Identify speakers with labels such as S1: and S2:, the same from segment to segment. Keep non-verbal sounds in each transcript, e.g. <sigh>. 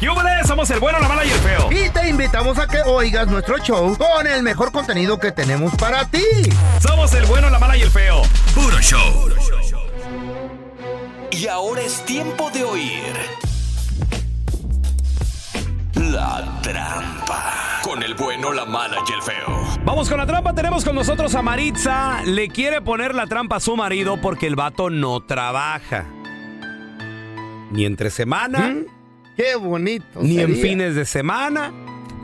S1: ¡Yúbales! Somos el bueno, la mala y el feo.
S2: Y te invitamos a que oigas nuestro show con el mejor contenido que tenemos para ti.
S1: Somos el bueno, la mala y el feo.
S3: Puro show. Y ahora es tiempo de oír. La trampa. Con el bueno, la mala y el feo.
S1: Vamos con la trampa. Tenemos con nosotros a Maritza. Le quiere poner la trampa a su marido porque el vato no trabaja. Ni entre semana,
S2: ¿Mm? Qué bonito.
S1: ni en
S2: sería.
S1: fines de semana.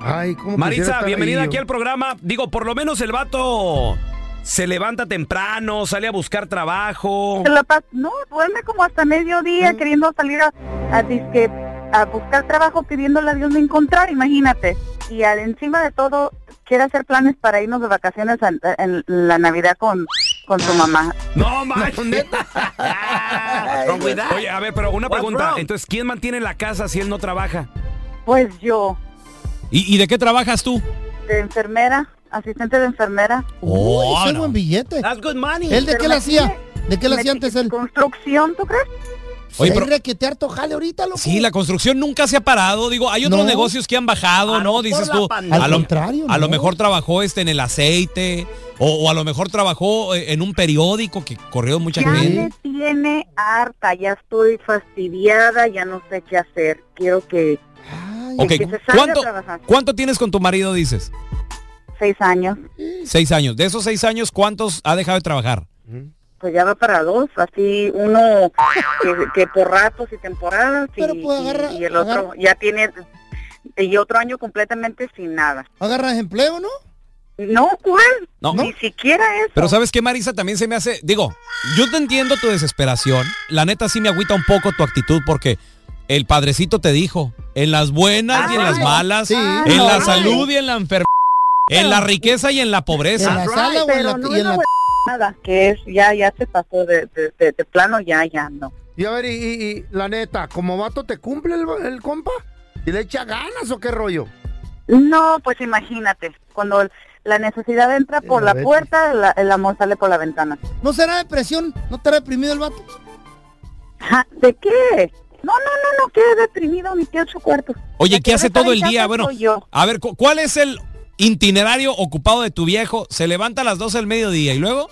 S2: Ay, cómo quisiera
S1: Maritza,
S2: estar
S1: bienvenida
S2: ahí,
S1: aquí
S2: yo.
S1: al programa. Digo, por lo menos el vato se levanta temprano, sale a buscar trabajo.
S4: Se la pas- no, duerme como hasta mediodía queriendo salir a, a disque- a buscar trabajo, pidiéndole a Dios de encontrar, imagínate. Y al, encima de todo, quiere hacer planes para irnos de vacaciones a- en la Navidad con, con su mamá.
S2: <laughs>
S1: No manches. <laughs>
S2: Ay, güey.
S1: Oye, a ver, pero una
S5: What's
S1: pregunta.
S5: wrong?
S1: Entonces, ¿quién mantiene la casa si él no trabaja?
S4: Pues yo,
S5: ¿Y, y de qué trabajas tú?
S4: de enfermera, asistente de enfermera.
S6: Uy, ese
S5: Oh, no.
S6: buen billete.
S1: That's good money.
S6: ¿Él de
S4: Pero
S6: qué la
S4: me
S6: hacía? ¿De qué la
S4: Me-
S6: hacía antes él?
S4: Construcción, ¿tú crees?
S5: Oye,
S6: Oye,
S5: pero-
S6: requetear tojale ahorita, loco.
S5: Sí, la construcción nunca se ha parado. Digo, hay otros
S6: No.
S5: negocios que han bajado,
S1: A lo
S5: ¿no?
S1: mejor
S5: Dices
S1: Ah, la
S5: tú.
S1: pandemia.
S5: a lo,
S6: Al contrario,
S5: a lo
S6: ¿no?
S5: mejor trabajó este en el aceite. O, o a lo mejor trabajó eh, en un periódico que corrió mucha
S4: Ya
S5: gente.
S4: me tiene harta, ya estoy fastidiada, ya no sé qué hacer. Quiero que
S6: Ay,
S5: Ok,
S4: que se salga a
S5: ¿cuánto,
S4: trabajar.
S5: ¿cuánto tienes con tu marido, dices?
S4: seis años,
S5: Seis años. De esos seis años, ¿cuántos ha dejado de trabajar?
S4: pues ya va para dos, así uno que, que por ratos y temporadas y,
S6: Pero pues agarra-
S4: y el otro
S6: agarra-
S4: ya tiene y otro año completamente sin nada.
S6: Agarras empleo, ¿no?
S4: No, ¿cuál?
S5: No.
S4: Ni siquiera eso.
S5: Pero ¿sabes qué, Marisa? También se me hace... Digo, yo te entiendo tu desesperación. La neta sí me agüita un poco tu actitud porque el padrecito te dijo, en las buenas y en las
S4: Ay,
S5: malas,
S6: sí.
S5: en la
S4: Ay.
S5: salud y en la enfermedad, en la riqueza y en la
S6: En
S5: pobreza.
S6: la sala o en
S4: Pero
S6: la...
S4: no
S6: y en
S4: es
S6: la-
S4: una nada, que es ya ya se pasó de, de- de- de plano ya ya no.
S2: Y a ver, y, y- y la neta, ¿como vato te cumple el, el compa? ¿Y le echa ganas o qué rollo?
S4: No, pues imagínate, cuando el- la necesidad entra por la
S2: Diabetes.
S4: puerta, la- el amor sale por la ventana.
S6: ¿No será depresión? ¿No te ha deprimido el vato?
S4: Ja, ¿De qué? No, no, no, no quede deprimido ni quede su cuarto.
S5: Oye,
S4: La
S5: ¿qué
S4: que
S5: hace
S4: debe
S5: todo
S4: estar
S5: el
S4: en
S5: día?
S4: casa
S5: Bueno,
S4: soy yo.
S5: a ver, cu- ¿cuál es el itinerario ocupado de tu viejo? Se levanta a las 12 del mediodía y luego...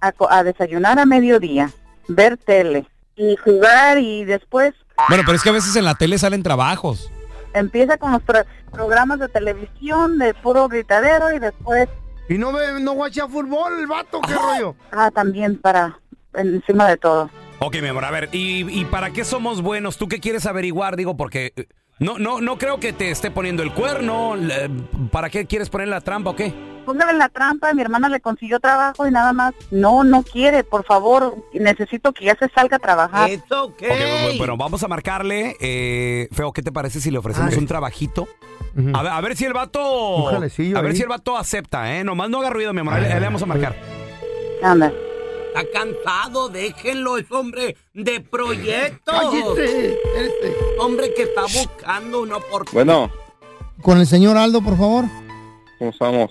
S4: a, co- a desayunar a mediodía, ver tele y jugar y después
S5: Bueno, pero es que a veces en la tele salen trabajos.
S4: empieza con los pro- programas de televisión de puro gritadero y después
S2: ¿Y no ve, no guacha fútbol el vato? ¿Qué rollo?
S4: ah, también para encima de todo.
S1: Ok, mi amor, a ver, ¿y, y para qué somos buenos? ¿Tú qué quieres averiguar? Digo, porque eh, no, no, no creo que te esté poniendo el cuerno. Le- ¿Para qué quieres poner la trampa o qué?
S4: Póngale la trampa, mi hermana le consiguió trabajo y nada más. No, no quiere, por favor, necesito que ya se salga a trabajar.
S1: Ok, bu- bu- bueno, vamos a marcarle. eh, Feo, ¿qué te parece si le ofrecemos
S2: Ay.
S1: un trabajito?
S2: Ujú.
S1: A ver, a ver si el vato.
S2: Ah, Mm. Un jalecillo
S1: a ver
S2: ahí. Ah.
S1: si el vato acepta, ¿eh? Nomás no haga ruido, mi amor. ahí le, ahí le vamos a marcar.
S4: Anda.
S1: Está cansado, déjenlo, es hombre de proyecto.
S2: ¡Cállese! Este.
S1: Hombre que está buscando una oportunidad.
S7: Bueno,
S6: Con el señor Aldo, por favor.
S7: ¿cómo estamos?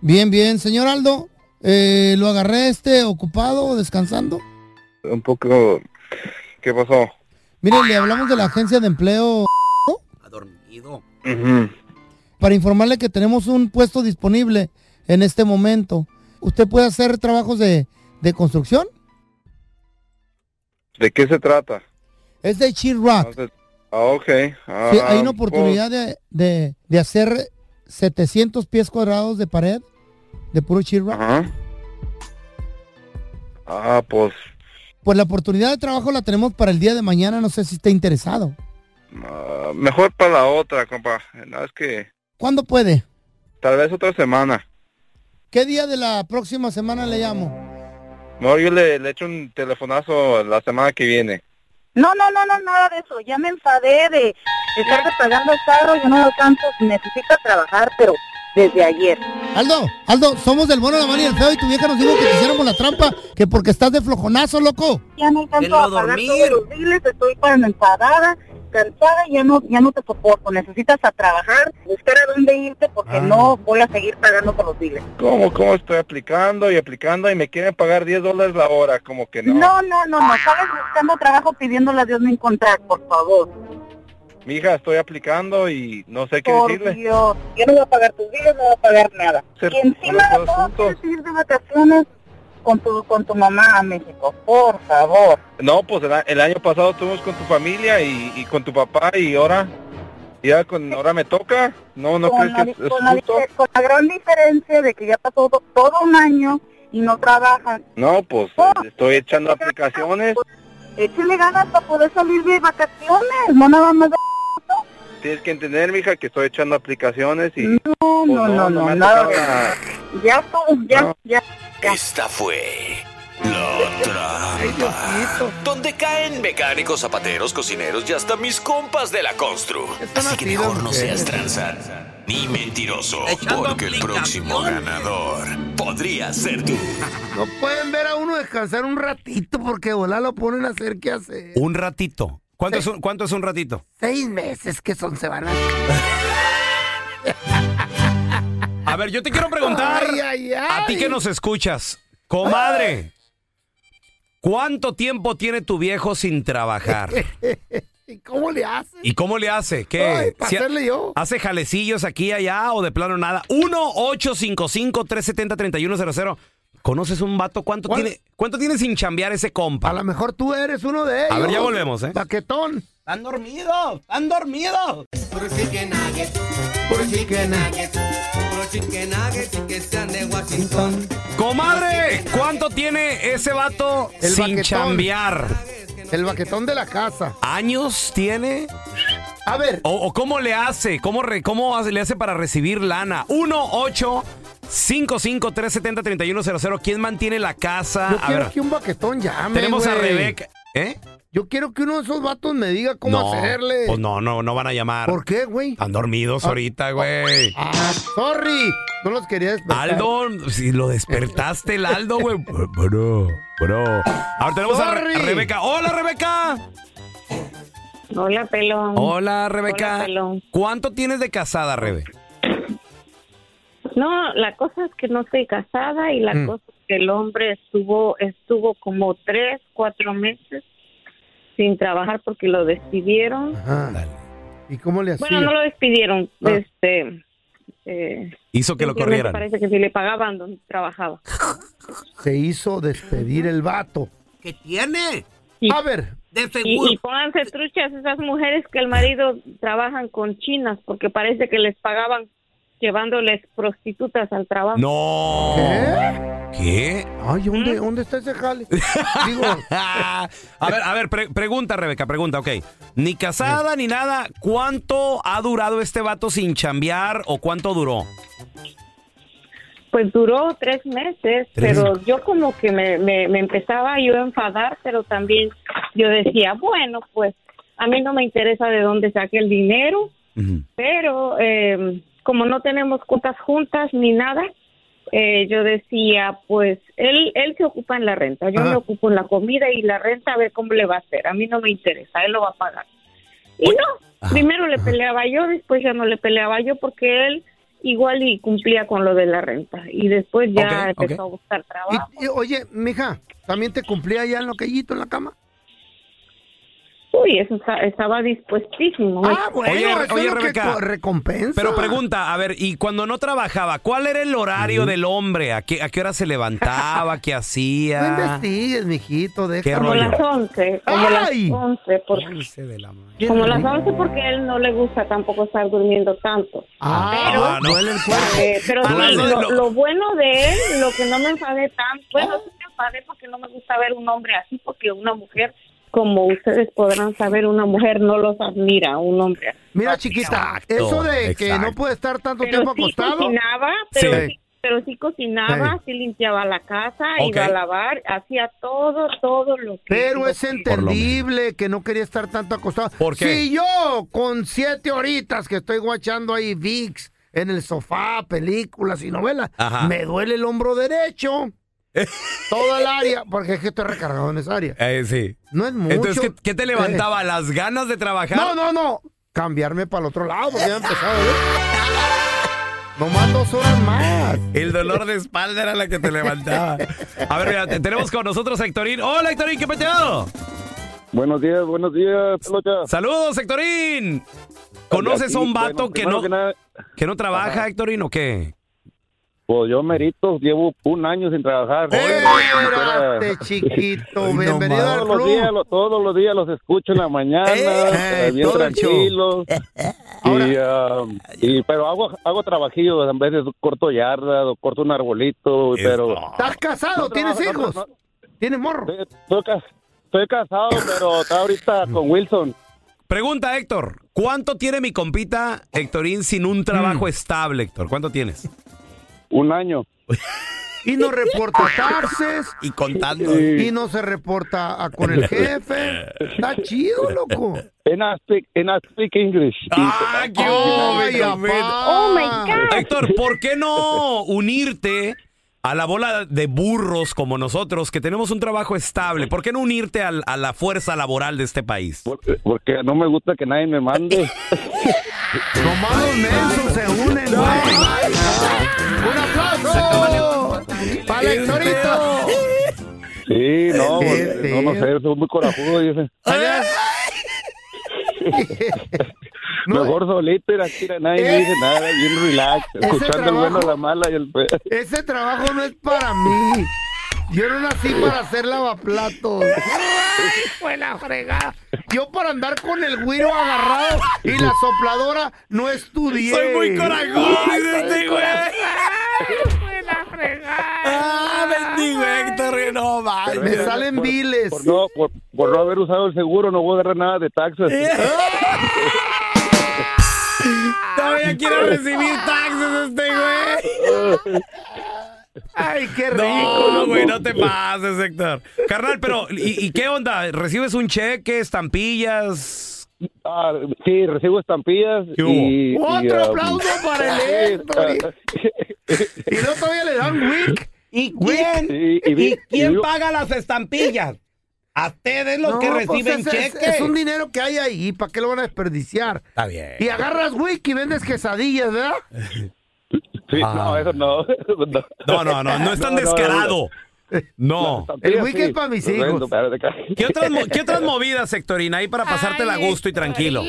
S6: Bien, bien. Señor Aldo, eh, ¿lo agarré este ocupado, descansando?
S7: Un poco... ¿Qué pasó?
S6: Mire, le hablamos de la agencia de empleo
S1: Dormido.
S7: Ujú.
S6: para informarle que tenemos un puesto disponible en este momento. ¿Usted puede hacer trabajos de, de construcción?
S7: ¿De qué se trata?
S6: Es de Sheet Rock.
S7: Entonces- ah, ok. Ah,
S6: Sí, hay una
S7: pues,
S6: oportunidad de, de- de hacer 700 pies cuadrados de pared de puro Sheet Rock.
S7: Ajá. Ah, pues...
S6: Pues la oportunidad de trabajo la tenemos para el día de mañana, no sé si está interesado.
S7: ah, mejor para la otra, compa. No, es que...
S6: ¿Cuándo puede?
S7: Tal vez otra semana.
S6: ¿Qué día de la próxima semana le llamo?
S7: Mejor yo le, le echo un telefonazo la semana que viene.
S4: No, no, no, no, nada de eso. Ya me enfadé de estar pagando caro, yo no lo alcanzo. Necesita trabajar, pero desde ayer.
S6: Aldo, Aldo, somos del bueno, la mala y el feo y tu vieja nos dijo que te hiciéramos la trampa, que porque estás de flojonazo, loco.
S4: Ya no alcanzo a pagar todos los biles, estoy tan enfadada, cansada, ya no, ya no te soporto. Necesitas a trabajar, buscar a dónde irte
S7: Ah.
S4: porque no voy a seguir pagando por los biles.
S7: ¿Cómo, cómo estoy aplicando y aplicando y me quieren pagar 10 dólares la hora? Como que no.
S4: No, no, no, no, sabes buscando trabajo pidiéndole a Dios no encontrar, por favor.
S7: Mija, estoy aplicando y no sé qué
S4: Por
S7: decirle.
S4: Dios, yo no voy a pagar tus días, no voy a pagar nada.
S7: Ser-
S4: y encima
S7: bueno,
S4: de
S7: todos
S4: todo,
S7: juntos.
S4: quieres ir de vacaciones con tu, con tu mamá a México, por favor.
S7: No, pues el, a- el año pasado estuvimos con tu familia y, y con tu papá y ahora ya con ahora me toca. No, no
S4: con,
S7: crees
S4: la,
S7: que es, es
S4: con la-
S7: justo.
S4: con la gran diferencia de que ya pasó to- todo un año y no trabajan.
S7: No, pues
S4: No.
S7: eh, estoy echando aplicaciones.
S4: Échenle ganas para poder salir de vacaciones, no nada más. de-
S7: Tienes que entender, mija, que estoy echando aplicaciones y
S4: No,
S7: pues,
S4: no, no, no,
S7: me ha
S4: nada.
S7: tocado la-
S4: Ya, estuvo, ya,
S7: No.
S4: ya.
S3: Esta fue la trampa. Donde caen mecánicos, zapateros, cocineros y hasta mis compas de la constru. Así que mejor no seas tranza ni mentiroso, porque el próximo ganador podría ser tú.
S2: No pueden ver a uno descansar un ratito porque volá lo ponen a hacer qué hacer.
S1: Un ratito. ¿Cuánto, es, un, ¿Cuánto es un ratito?
S2: Seis meses que son se van a.
S1: A ver, yo te quiero preguntar
S2: Ay, ay, ay.
S1: a ti que nos escuchas, comadre. ¿Cuánto tiempo tiene tu viejo sin trabajar?
S2: <laughs> ¿Y cómo le haces?
S1: ¿Y cómo le hace? ¿Qué?
S2: Ay, para
S1: Si ha-
S2: hacerle yo.
S1: ¿Hace jalecillos aquí, allá o de plano nada? 1-855-370-3100. ¿Conoces un vato? ¿Cuánto
S2: ¿Cuál?
S1: tiene, ¿Cuánto tiene sin chambear ese compa?
S2: A lo mejor tú eres uno de ellos.
S1: Ah. A ver, ya volvemos, ¿eh?
S2: Paquetón.
S1: ¡Están dormidos! ¡Están dormidos! ¡Comadre! ¿Cuánto tiene ese vato
S2: El
S1: sin
S2: baquetón.
S1: chambear?
S2: El baquetón de la casa.
S1: ¿Años tiene?
S2: A ver,
S1: ¿O, o cómo le hace? ¿Cómo, re- cómo hace- le hace para recibir lana? 1 8 55 370 3100 ¿Quién mantiene la casa?
S2: yo
S1: Oh, a
S2: quiero
S1: ver,
S2: que un baquetón llame.
S1: tenemos a
S2: güey.
S1: Rebeca. ¿Eh?
S2: Yo quiero que uno de esos vatos me diga cómo
S1: no,
S2: hacerle.
S1: Pues no, Ah. no, no van a llamar.
S2: ¿Por qué, güey?
S1: Están dormidos ahorita, güey.
S2: Ah, sorry. No los quería despertar.
S1: Aldo, si lo despertaste el Aldo,
S2: <laughs>
S1: güey. Bro, bro. Ahora tenemos a, Re-
S2: Sorry.
S1: a Rebeca. Hola, Rebeca.
S8: Hola, pelón.
S1: Hola, Rebeca.
S8: Hola, pelón.
S1: ¿Cuánto tienes de casada, Rebe?
S8: No, la cosa es que no estoy casada y la
S2: Mm.
S8: cosa es que el hombre estuvo estuvo como tres, cuatro meses sin trabajar porque lo despidieron.
S1: Ah,
S2: Ajá. ¿Y cómo le hacía?
S8: Bueno, no lo despidieron.
S2: Ah.
S8: Este, eh,
S1: Hizo que lo
S8: simplemente
S1: corrieran.
S8: Parece que si le pagaban donde trabajaba.
S2: Se hizo despedir el vato.
S1: ¿Qué tiene?
S8: Y-
S2: A ver,
S1: De
S8: Y, y pónganse truchas esas mujeres que el marido trabajan con chinas porque parece que les pagaban llevándoles prostitutas al trabajo.
S1: No.
S2: ¿qué?
S1: ¿Qué? <laughs>
S2: Ay, ¿dónde, ¿dónde está ese jale? <laughs> Digo,
S1: Ah, a ver, a ver, pre- pregunta, Rebeca, pregunta, ok. Ni casada ni nada, ¿cuánto ha durado este vato sin chambear o cuánto duró?
S8: Pues duró tres meses, pero yo como que me, me, me empezaba yo a enfadar, pero también yo decía, bueno, pues a mí no me interesa de dónde saque el dinero,
S1: Ujú.
S8: pero eh, como no tenemos cuotas juntas ni nada, eh, yo decía, pues él, él se ocupa en la renta, yo
S2: Ajá.
S8: me ocupo en la comida y la renta a ver cómo le va a hacer, a mí no me interesa, él lo va a pagar. Y no,
S1: Ajá.
S8: primero le peleaba yo, después ya no le peleaba yo porque él igual y cumplía con lo de la renta y después ya
S1: Ok, ok.
S8: empezó a buscar
S1: Ah.
S8: trabajo.
S2: y- y- oye, mija, ¿también te cumplía ya en lo quellito en la cama?
S8: Uy, eso está- estaba dispuestísimo.
S2: Ah, bueno,
S1: Oye,
S2: eso
S1: oye,
S2: es lo
S1: Rebeca.
S2: que co- recompensa.
S1: Pero pregunta, a ver, y cuando no trabajaba, ¿cuál era el horario del hombre? ¿A qué, ¿A qué hora se levantaba? ¿Qué
S2: No
S1: hacía?
S2: investigues, mijito, deja.
S1: Qué
S8: como
S1: rollo.
S8: las 11, como las
S2: ¡Ay!
S8: 11, porque,
S1: Dulce de la madre.
S8: como las 11 porque él no le gusta tampoco estar durmiendo tanto.
S2: Ah,
S1: Ah, no.
S2: duele el cuerpo.
S8: Eh, pero
S1: Ah,
S8: sí,
S1: no,
S8: lo,
S1: no.
S8: lo bueno de él, lo que no me enfadé tan, bueno, sí me enfadé porque no me gusta ver un hombre así, porque una mujer, como ustedes podrán saber, una mujer no los admira, un hombre así.
S2: Mira, chiquita,
S1: Exacto,
S2: eso de que
S1: exacto.
S2: no puede estar tanto
S8: Pero
S2: tiempo
S8: sí
S2: acostado.
S8: cocinaba, pero
S2: Sí.
S8: sí. Pero sí cocinaba, sí limpiaba la casa, iba
S1: Ok.
S8: a lavar, hacía todo, todo lo que...
S2: Pero
S8: lo
S2: es
S8: que-
S2: entendible que no quería estar tanto acostado.
S1: ¿Por qué?
S2: Si yo, con siete horitas que estoy guachando ahí VIX en el sofá, películas y novelas,
S1: Ajá.
S2: me duele el
S1: <laughs>
S2: hombro derecho. Toda el área, porque es que estoy recargado en esa área.
S1: Eh, sí.
S2: No es mucho.
S1: Entonces, ¿qué, qué te
S2: Eh,
S1: levantaba? ¿Las ganas de trabajar?
S2: no, no, no. Cambiarme para el otro lado, porque ya empezaba. ¿eh? Nomás dos horas más.
S1: El dolor de espalda era la que te levantaba. A ver, mira, te- tenemos con nosotros a Hectorín. Hola, Hectorín, ¿qué peteado?
S9: Buenos días, buenos días, Pelocha.
S1: ¡Saludos, Héctorín! ¿Conoces a un
S9: Aquí,
S1: vato
S9: bueno,
S1: que
S9: primero
S1: no,
S9: que nada-
S1: que no trabaja, Héctorín, o qué?
S9: Pues yo merito, llevo un año sin trabajar.
S1: ¡Eh,
S2: Espérate, chiquito. Bienvenido al
S9: Todos los,
S2: club.
S9: días, lo- todos los días los escucho en la mañana,
S2: Eh,
S9: eh, bien
S2: todo el show.
S9: tranquilos. y, ah, y- pero hago, hago trabajillos, a veces corto yardas o corto un arbolito, pero...
S2: ¿Estás casado? ¿Tienes hijos? ¿Tienes morro?
S9: Estoy, ca- estoy casado, pero está ahorita con Wilson.
S1: Pregunta, Héctor. ¿Cuánto tiene mi compita Héctorín sin un
S9: Mm.
S1: trabajo estable, Héctor? ¿Cuánto tienes?
S9: Un año.
S2: Y no reporta taxes.
S1: Y contando.
S2: Y no se reporta a- con el jefe. Está chido, loco.
S9: And I speak, and I speak English.
S1: ¡Ah, qué
S2: Ay,
S1: hombre, hombre!
S2: apá.
S8: Oh, my God.
S1: Héctor, ¿por qué no unirte a la bola de burros como nosotros, que tenemos un trabajo estable? ¿Por qué no unirte al- a, la fuerza laboral de este país?
S9: Porque- Porque no me gusta que nadie me mande.
S2: Nomás los mensos se unen, güey. ¡Un aplauso! ¡Para el Torito!
S9: Sí, no,
S2: Qué
S9: no, no sé, soy muy corajudo, dice. Mejor solito ir a tirar, nadie me dice nada, bien relax, escuchando el
S2: trabajo-
S9: bueno, la mala y el pe-
S2: Ese trabajo no es para mí. Yo no nací para hacer lavaplatos. ¡Ay, fue la fregada! Yo para andar con el güiro agarrado y la sopladora no estudié.
S1: Soy muy corajudo, dice este güey. ¡Ah, bendigo, Héctor! ¡No manches.
S2: Me salen
S9: por-
S2: viles.
S9: Por no, por, por no haber usado el seguro, no voy a agarrar nada de taxas.
S1: Todavía quiere recibir taxes este güey.
S2: ¡Ay, qué rico!
S1: No, güey, no te pases, Héctor. Carnal, pero ¿y, y qué onda? ¿Recibes un cheque, estampillas?
S9: Ah, sí, recibo estampillas
S1: ¿Qué hubo?
S9: y... y,
S2: Otro
S9: ah,
S2: aplauso para el Héctor. Y no todavía le dan wick.
S1: ¿Y
S9: Sí, <laughs> y vi- y vi-
S1: paga las estampillas? A ustedes
S2: No, pues es- es- Es, un dinero que hay ahí, ¿para qué lo van a desperdiciar?
S1: Está bien.
S2: Y agarras wiki y vendes quesadillas, ¿verdad?
S9: sí, no, eso no. <laughs> no.
S1: Ah. No, no, no, no es tan
S9: <laughs> No, no,
S1: descarado. No.
S9: Estampillas,
S2: El wiki
S9: sí,
S2: es para mis
S9: lo vendo,
S2: hijos.
S9: pero de ca-
S1: ¿Qué otras, mo- qué otras movidas, Héctorina, hay para pasártela a gusto y tranquilo?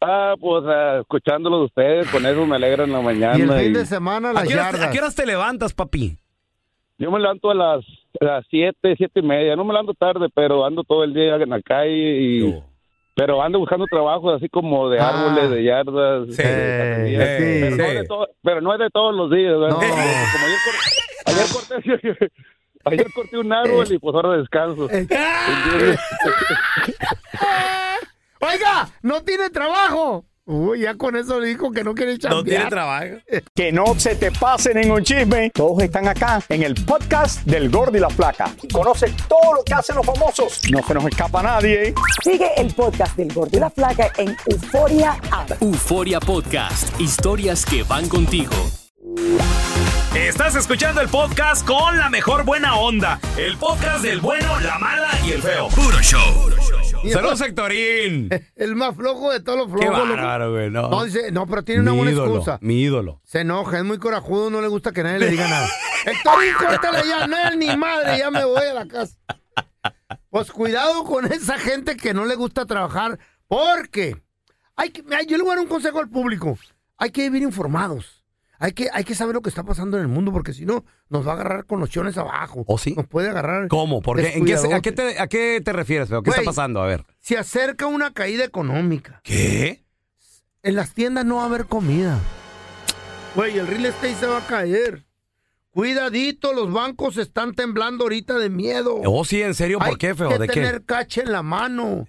S9: Ah, pues ah, escuchándolos ustedes, con eso me alegra en la mañana.
S2: Y el fin
S9: y-
S2: de semana
S1: ¿A
S2: las
S1: qué, horas, a
S2: yardas.
S1: qué horas te levantas, papi?
S9: Yo me levanto a las, a las siete, siete y media. No me levanto tarde, pero ando todo el día en la calle y... Pero ando buscando trabajos así como de
S2: Ah.
S9: árboles, de yardas.
S1: Sí.
S9: de
S2: Eh,
S9: jardines.
S2: sí.
S9: pero, no de todo- pero no es de todos los días.
S2: No.
S9: ¿verdad? Como ayer, cor- ayer corté, <laughs> ayer corté un árbol y pues ahora descanso.
S2: Eh, ¡Ah! Oiga, no tiene trabajo. Uy, ya con eso le dijo que no quiere
S1: No tiene
S2: chambear.
S1: trabajo.
S10: Que no se te pase ningún chisme. Todos están acá en el podcast del Gordi y la Flaca. Y Conoce todo lo que hacen los famosos. No se nos escapa nadie.
S11: Sigue el podcast del Gordo y la Flaca en Euforia App.
S12: Euforia Podcast, historias que van contigo.
S1: Estás escuchando el podcast con la mejor buena onda. El podcast del bueno, la mala y el feo. Puro show. Saludos, Héctorín.
S2: <laughs> El más flojo de todos los
S1: Qué
S2: flojos. loco.
S1: bárbaro, güey. No.
S2: No, dice, no, pero tiene una buena excusa.
S1: Mi ídolo.
S2: Se enoja, es muy corajudo, no le gusta que nadie le diga nada. Héctor, y córtale ya, no es ni madre, ya me voy a la casa. Pues cuidado con esa gente que no le gusta trabajar, porque hay que, mira, yo le voy a dar un consejo al público. Hay que vivir informados. Hay que, hay que saber lo que está pasando en el mundo, porque si no, nos va a agarrar con los chones abajo.
S1: ¿Oh, sí?
S2: Nos puede agarrar.
S1: ¿Cómo? ¿Por qué? ¿En qué se- ¿A, qué
S2: descuidadotes.
S1: te, a qué te refieres, feo? ¿Qué
S2: Güey.
S1: está pasando? A ver.
S2: Se acerca una caída económica.
S1: ¿Qué?
S2: En las tiendas no va a haber comida. Güey, el real estate se va a caer. Cuidadito, los bancos están temblando ahorita de miedo.
S1: Oh, sí, en serio, ¿por
S2: Hay
S1: qué, feo?
S2: que
S1: ¿De qué? ¿Eh?
S2: tener cacha en la mano.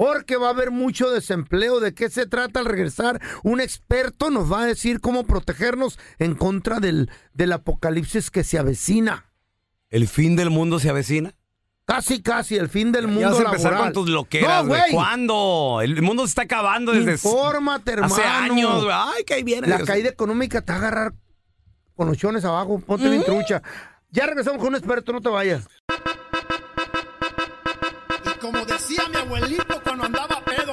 S2: Porque va a haber mucho desempleo. ¿De qué se trata al regresar? Un experto nos va a decir cómo protegernos en contra del, del apocalipsis que se avecina.
S1: ¿El fin del mundo se avecina?
S2: Casi, casi, el fin del mundo
S1: ya vas a empezar
S2: laboral.
S1: con tus loqueras,
S2: No,
S1: güey.
S2: güey.
S1: ¿Cuándo? El mundo se está acabando desde
S2: Infórmate, hermano.
S1: hace años, güey. Ay, que ahí viene.
S2: La
S1: Dios.
S2: caída económica te va a agarrar con los chones abajo. Ponte bien trucha. Ya regresamos con un experto, no te vayas.
S10: Y como decía mi abuelito cuando andaba pedo,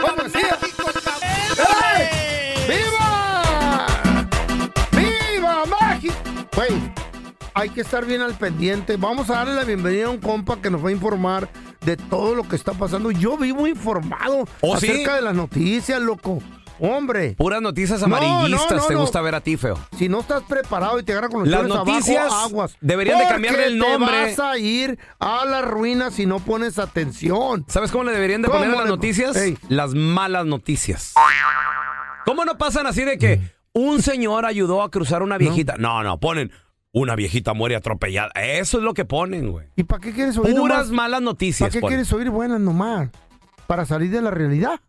S2: ¿Cómo decía? ¡Ey! ¡Viva! ¡Viva México! Güey, hay que estar bien al pendiente. Vamos a darle la bienvenida a un compa que nos va a informar de todo lo que está pasando. Yo vivo informado
S1: ¿Oh, sí?
S2: acerca de las noticias, loco. Hombre.
S1: Puras noticias
S2: No, no,
S1: amarillistas
S2: no,
S1: te
S2: no.
S1: gusta ver a ti, feo.
S2: Si no estás preparado y te agarran con los
S1: Las
S2: chones
S1: noticias
S2: abajo, aguas.
S1: deberían de
S2: Porque
S1: cambiarle el nombre.
S2: Te vas a ir a la ruina si no pones atención.
S1: ¿Sabes cómo le deberían de poner a las noticias? Las malas noticias. ¿Cómo no pasan así de que un señor ayudó a cruzar una viejita? No, no, ponen una viejita muere atropellada. Eso es lo que ponen, güey.
S2: ¿Y para qué quieres oír
S1: Puras
S2: nomás?
S1: malas noticias.
S2: ¿Para qué
S1: ponen.
S2: quieres ¿Eh? oír buenas nomás? Para salir de la realidad.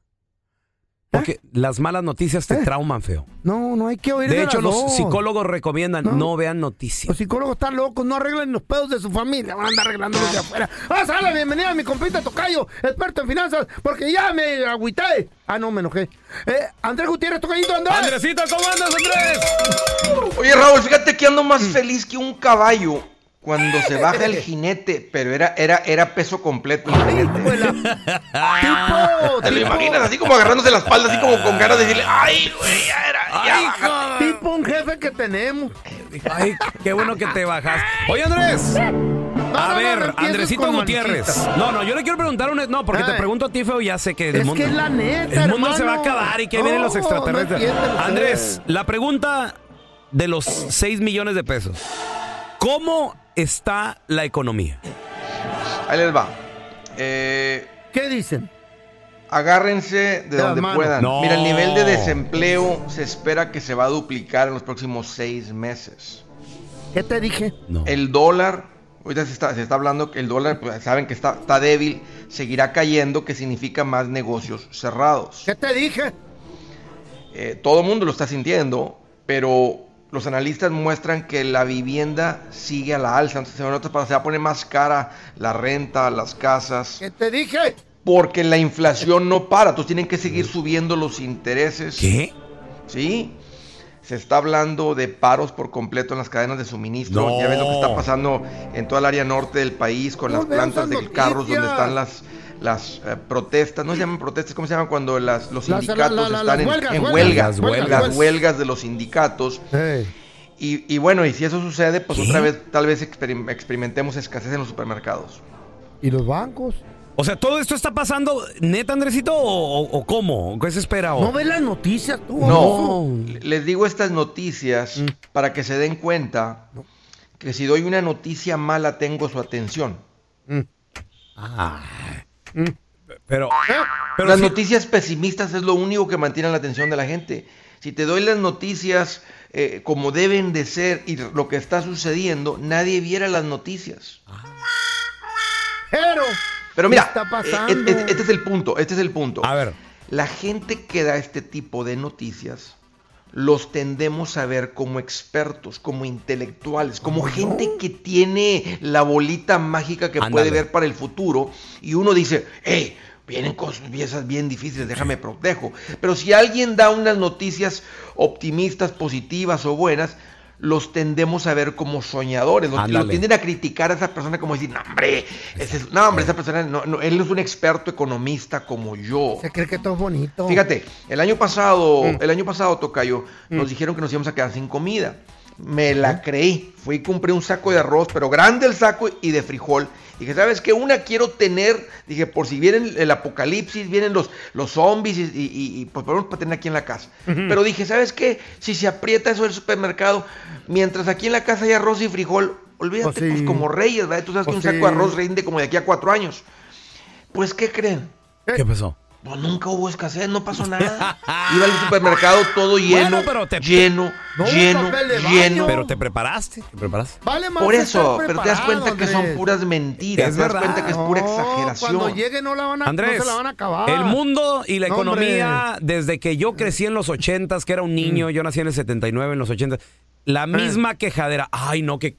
S1: Porque las malas noticias te trauman, feo.
S2: No, no hay que oír de,
S1: De hecho,
S2: Eh. las
S1: los
S2: dos.
S1: psicólogos recomiendan no, vean noticias.
S2: Los psicólogos están locos, no arreglan los pedos de su familia, van a andar arreglando los de
S1: Ah.
S2: afuera. Vamos a darle la bienvenida a mi compita Tocayo, experto en finanzas, porque ya me agüité. Ah, no, me enojé. Eh, Andrés Gutiérrez, Tocayito, Andrés.
S1: Andresito, ¿cómo andas, Andrés?
S13: Oye, Raúl, fíjate que ando
S1: Mm.
S13: más feliz que un caballo cuando se baja el jinete, pero era, era, era peso completo. el jinete.
S1: <laughs>
S13: Te lo imaginas así como agarrándose la espalda, así como con ganas de decirle, ¡ay, güey! Ya era, ya bájate".
S2: Tipo un jefe que tenemos.
S1: Ay, qué bueno que te bajas. Oye, Andrés. A ver, Andresito
S2: con
S1: Gutiérrez.
S2: manitas.
S1: No, no, yo le quiero preguntar un. No, porque te pregunto a ti, feo, ya sé que el
S2: Es
S1: mundo.
S2: que es la neta,
S1: El mundo se va a
S2: hermano.
S1: acabar y que
S2: No,
S1: vienen los extraterrestres.
S2: no entienden ustedes.
S1: Andrés, la pregunta de los 6 millones de pesos. ¿Cómo está la economía?
S13: Ahí les va.
S2: ¿Qué dicen?
S13: Agárrense de
S1: las
S13: donde
S1: manos.
S13: puedan.
S1: No.
S13: Mira, el nivel de desempleo se espera que se va a duplicar en los próximos seis meses.
S2: ¿Qué te dije?
S13: El dólar, ahorita se está, se está hablando que el dólar, pues, saben que está, está débil, seguirá cayendo, que significa más negocios cerrados.
S2: ¿Qué te dije?
S13: todo el mundo lo está sintiendo, pero los analistas muestran que la vivienda sigue a la alza. Entonces, se va a notar- se va a poner más cara la renta, las casas.
S2: ¿Qué te dije?
S13: Porque la inflación no para. Entonces tienen que
S7: Mm.
S13: seguir subiendo los intereses. ¿Qué? Sí. Se está hablando de paros por completo en las cadenas de suministro.
S14: No.
S13: Ya ves lo que está pasando en toda el área norte del país con
S14: No
S13: las
S14: veo
S13: plantas
S14: esas
S13: de carros
S14: noticias.
S13: donde están las las eh, protestas. No se llaman protestas, ¿cómo se llaman? Cuando las, los
S14: Las-
S13: sindicatos
S14: la- la- la-
S13: están
S14: las
S13: en,
S14: huelgas,
S13: en
S14: huelgas,
S13: huelga.
S14: las huelgas,
S13: Las
S14: huelgas.
S13: huelgas de los sindicatos. Y, y bueno, y si eso sucede, pues otra vez tal vez experim- experimentemos escasez en los supermercados.
S2: ¿Y los bancos?
S1: O sea, ¿todo esto está pasando neta, Andresito? ¿O, o- o cómo? ¿Qué se espera? o-
S2: ¿No ves las noticias tú?
S13: No, le- les digo estas noticias para que se den cuenta que si doy una noticia mala tengo su atención.
S1: Ah. Pero,
S13: Mm. las noticias pesimistas es lo único que mantiene la atención de la gente. Si te doy las noticias eh, como deben de ser y lo que está sucediendo, nadie viera las noticias.
S2: Pero,
S13: Pero mira,
S2: ¿qué está
S13: eh,
S2: pasando?
S13: eh, este es el punto, este es el punto. A ver. La gente que da este tipo de noticias los tendemos a ver como expertos, como intelectuales, como gente que tiene la bolita mágica que puede
S14: Ándale.
S13: ver para el futuro y uno dice, hey, vienen cosas piezas bien difíciles, déjame protejo. Pero si alguien da unas noticias optimistas, positivas o buenas, los tendemos a ver como soñadores, los,
S14: Ándale.
S13: lo tienden a criticar a esa persona como decir, no hombre, ese es- no, hombre, esa persona, no, no, él no es un experto economista como yo.
S2: Se cree que todo es bonito.
S13: Fíjate, el año pasado,
S2: Mm.
S13: el año pasado, Tocayo, nos
S2: Mm.
S13: dijeron que nos íbamos a quedar sin comida. Me la creí. Fui y compré un saco de arroz, pero grande el saco y de frijol. Dije, ¿sabes qué? Una quiero tener, dije, por si vienen el apocalipsis, vienen los, los zombies y, y- y- y, pues vamos para tener aquí en la casa.
S14: Ujú.
S13: Pero dije, ¿sabes qué? Si se aprieta eso del supermercado, mientras aquí en la casa hay arroz y frijol, olvídate,
S14: Pues
S13: pues,
S14: sí.
S13: como reyes, ¿verdad? Tú sabes
S14: Pues
S13: que un saco de
S14: sí.
S13: arroz rinde como de aquí a cuatro años. Pues, ¿qué creen?
S1: ¿Qué pasó?
S13: Pues nunca hubo escasez, no
S2: <laughs>
S13: pasó nada. Iba al supermercado todo lleno,
S1: Bueno, pero te-
S13: lleno,
S1: No,
S13: lleno,
S1: papel de baño.
S13: lleno.
S1: Pero te preparaste, te preparaste.
S2: Vale más
S13: Por
S2: estar
S13: eso, pero te das
S2: preparado,
S13: cuenta que son
S2: Andrés.
S13: puras mentiras,
S1: Es
S13: te das
S1: verdad.
S13: cuenta que es pura
S2: Cuando
S13: exageración.
S2: llegue no, la van a,
S1: Andrés,
S2: no se la van a acabar.
S1: el mundo y la
S2: No,
S1: economía, desde que yo crecí en los 80s, que era un niño,
S2: Mm.
S1: yo nací en el 79, en los 80
S2: Eh.
S1: la misma quejadera. Ay, no, que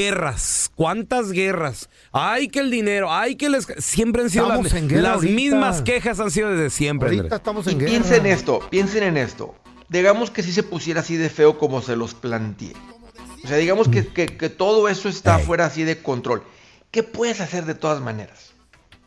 S1: guerras, cuántas guerras. Ay, que el dinero, ay, que les... Siempre han sido las,
S13: Estamos en guerra
S1: las
S13: ahorita.
S1: mismas quejas, han sido desde siempre. Andrés.
S13: Y Piensen esto, piensen en esto. Digamos que si se pusiera así de feo como se los planteé. O sea, digamos que, que- que todo eso está fuera así de control. ¿Qué puedes hacer de todas maneras?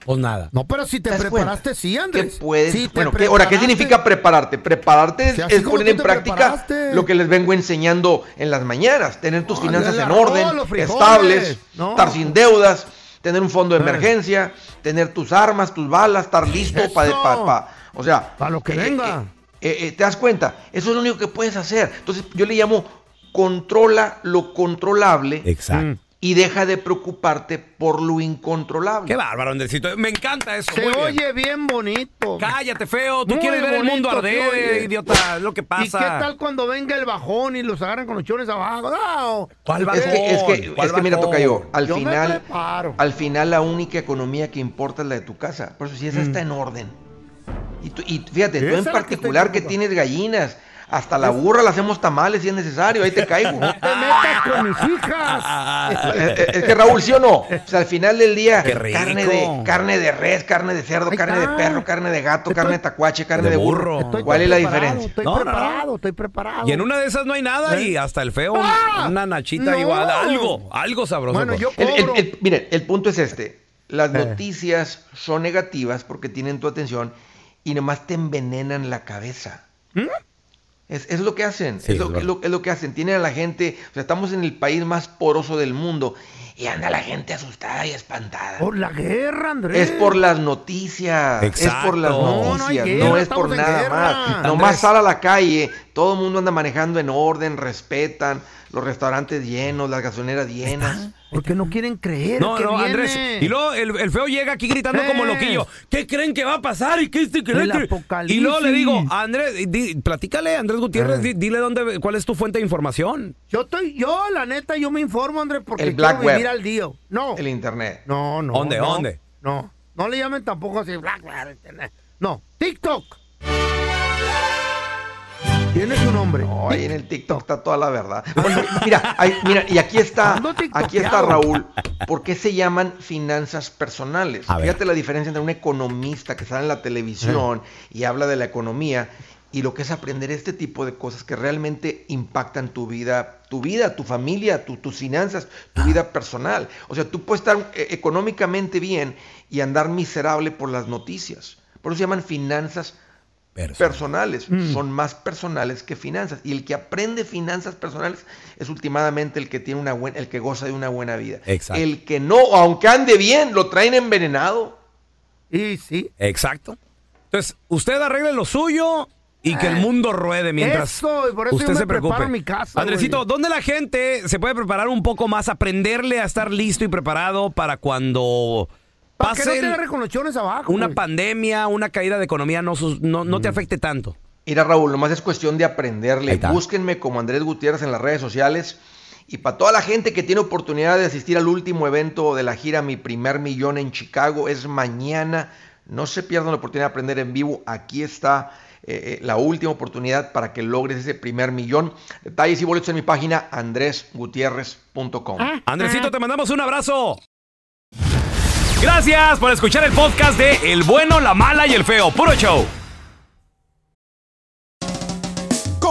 S1: Pues nada.
S2: No, pero si te
S13: das cuenta?
S2: preparaste, sí,
S13: ¿Qué
S2: Andrés.
S13: puedes?
S2: Sí, te
S13: bueno, ¿qué- ahora, ¿qué
S2: preparaste.
S13: significa prepararte? Prepararte es-
S2: sea, así
S13: es
S2: como
S13: poner
S2: tú
S13: en
S2: te
S13: práctica
S2: preparaste.
S13: lo que les vengo enseñando en las mañanas, tener tus finanzas
S2: el
S13: en
S2: arroz,
S13: orden,
S2: los frijoles,
S13: estables,
S2: ¿no?
S13: estar sin deudas. tener un fondo de emergencia, tener tus armas, tus balas, estar listo para...
S2: Eso.
S13: o sea... Para lo que
S2: venga.
S13: eh, ¿Te das cuenta? Eso es lo único que puedes hacer. Entonces yo le llamo controla lo controlable.
S2: Mm.
S1: Exacto.
S13: Y deja de preocuparte por lo incontrolable.
S1: Qué bárbaro, Andresito. Me encanta eso.
S2: Se
S1: muy bien.
S2: oye bien bonito.
S1: Cállate, feo. Tú
S2: Muy
S1: quieres ver el mundo
S2: bonito,
S1: arder,
S2: sí, oye.
S1: idiota. Es lo que pasa.
S2: ¿Y qué tal cuando venga el bajón y los agarran con los chones abajo? ¡No!
S1: ¿Cuál
S13: Es que, es que,
S1: ¿Cuál
S13: es que mira,
S1: bajón?
S13: Tocayo, al
S2: Yo me
S13: final,
S2: preparo.
S13: al final la única economía que importa es la de tu casa. Por eso si esa está en orden. Y, tú- y fíjate,
S2: Esa
S13: tú
S2: es
S13: en
S2: la que
S13: particular que, tienes gallinas, hasta la burra la hacemos tamales si es necesario, ahí te caigo.
S2: ¡No te metas con mis hijas!
S1: Ah,
S13: es, es- es que Raúl, ¿sí o no? O sea, al final del día,
S1: Qué rico.
S13: carne de, carne de res, carne de cerdo, carne de perro, carne de gato, carne de tacuache, carne de burro.
S1: Estoy
S13: ¿Cuál es la
S1: preparado,
S13: diferencia?
S2: Estoy
S1: No, no, no.
S2: preparado, estoy preparado.
S1: Y en una de esas no hay nada y hasta el feo, una nachita
S2: ¡Ah! No.
S1: igual, algo, algo sabroso.
S2: Bueno, yo
S13: El- el-
S2: cobro.
S13: el- miren, el punto es este. Las
S2: Eh.
S13: noticias son negativas porque tienen tu atención y nomás te envenenan la cabeza. Es, es lo que hacen,
S1: ¿Mm? Sí,
S13: es, lo,
S1: es verdad.
S13: es lo- es lo que hacen. Tienen a la gente, o sea, estamos en el país más poroso del mundo y anda la gente asustada y espantada.
S2: Por la guerra, Andrés.
S13: Es por las noticias. Es por las
S1: Mm. Exacto.
S13: noticias.
S1: No,
S13: No,
S1: no hay guerra,
S13: es por
S1: estamos en
S13: nada
S1: guerra.
S13: más.
S1: Andrés.
S13: Nomás sal a la calle. Todo el mundo anda manejando en orden, respetan. Los restaurantes llenos, las gasolineras llenas.
S2: Porque no quieren creer
S1: No,
S2: que
S1: no,
S2: viene.
S1: Andrés. Y luego el, el feo llega aquí gritando como
S2: Eh.
S1: loquillo. ¿Qué creen que va a pasar? ¿Y qué este, qué
S2: El
S1: el otro?"
S2: apocalipsis. Ah.
S1: Y luego le digo, Andrés, di- platícale, Andrés Gutiérrez, di- dile dónde, cuál es tu fuente de información.
S2: Yo estoy, yo la neta, yo me informo, Andrés, porque
S13: El Black
S2: quiero vivir
S13: Web.
S2: al día. No,
S13: El internet.
S2: no, no.
S1: ¿Dónde,
S2: no,
S1: dónde?
S2: No, no le llamen tampoco así, Black Web, Internet. No, TikTok. Tiene su nombre.
S13: No, ahí en el TikTok está toda
S2: <laughs>
S13: la verdad. Oye, mira, ahí- mira, y aquí está,
S2: Ando tiktokeado.
S13: aquí está Raúl. ¿Por qué se llaman finanzas personales?
S1: A ver.
S13: Fíjate la diferencia entre un economista que sale en la televisión y habla de la economía y lo que es aprender este tipo de cosas que realmente impactan tu vida, tu vida, tu familia, tu- tus finanzas, tu vida personal. O sea, tú puedes estar eh, económicamente bien y andar miserable por las noticias. Por eso se llaman finanzas personales. Son más personales que finanzas. Y el que aprende finanzas personales es últimamente el que tiene una buena, el que goza de una buena vida.
S1: Exacto.
S13: El que no, aunque ande bien, lo traen envenenado.
S2: Y sí.
S1: Exacto. Entonces, usted arregle lo suyo y que el mundo ruede mientras
S2: Eso, y por eso
S1: usted
S2: yo me
S1: se preocupe.
S2: preparo en mi casa,
S1: Andresito,
S2: güey.
S1: ¿dónde la gente se puede preparar un poco más, aprenderle a estar listo y preparado para cuando
S2: ¿Para qué no
S1: pase
S2: te
S1: el-
S2: agarre con los chones abajo?
S1: una
S2: güey? Mm.
S1: pandemia, una caída de economía, no, sus- no, no te afecte tanto?
S13: Mira, Raúl, nomás es cuestión de aprenderle.
S1: está.
S13: Búsquenme como Andrés Gutiérrez en las redes sociales. Y para toda la gente que tiene oportunidad de asistir al último evento de la gira Mi Primer Millón en Chicago, es mañana. No se pierdan la oportunidad de aprender en vivo. Aquí está eh, eh, la última oportunidad para que logres ese primer millón. Detalles y boletos en mi página andresgutierrez.com.
S2: Ah.
S1: Andresito, te mandamos un abrazo. Gracias por escuchar el podcast de El Bueno, la Mala y el Feo. Puro show.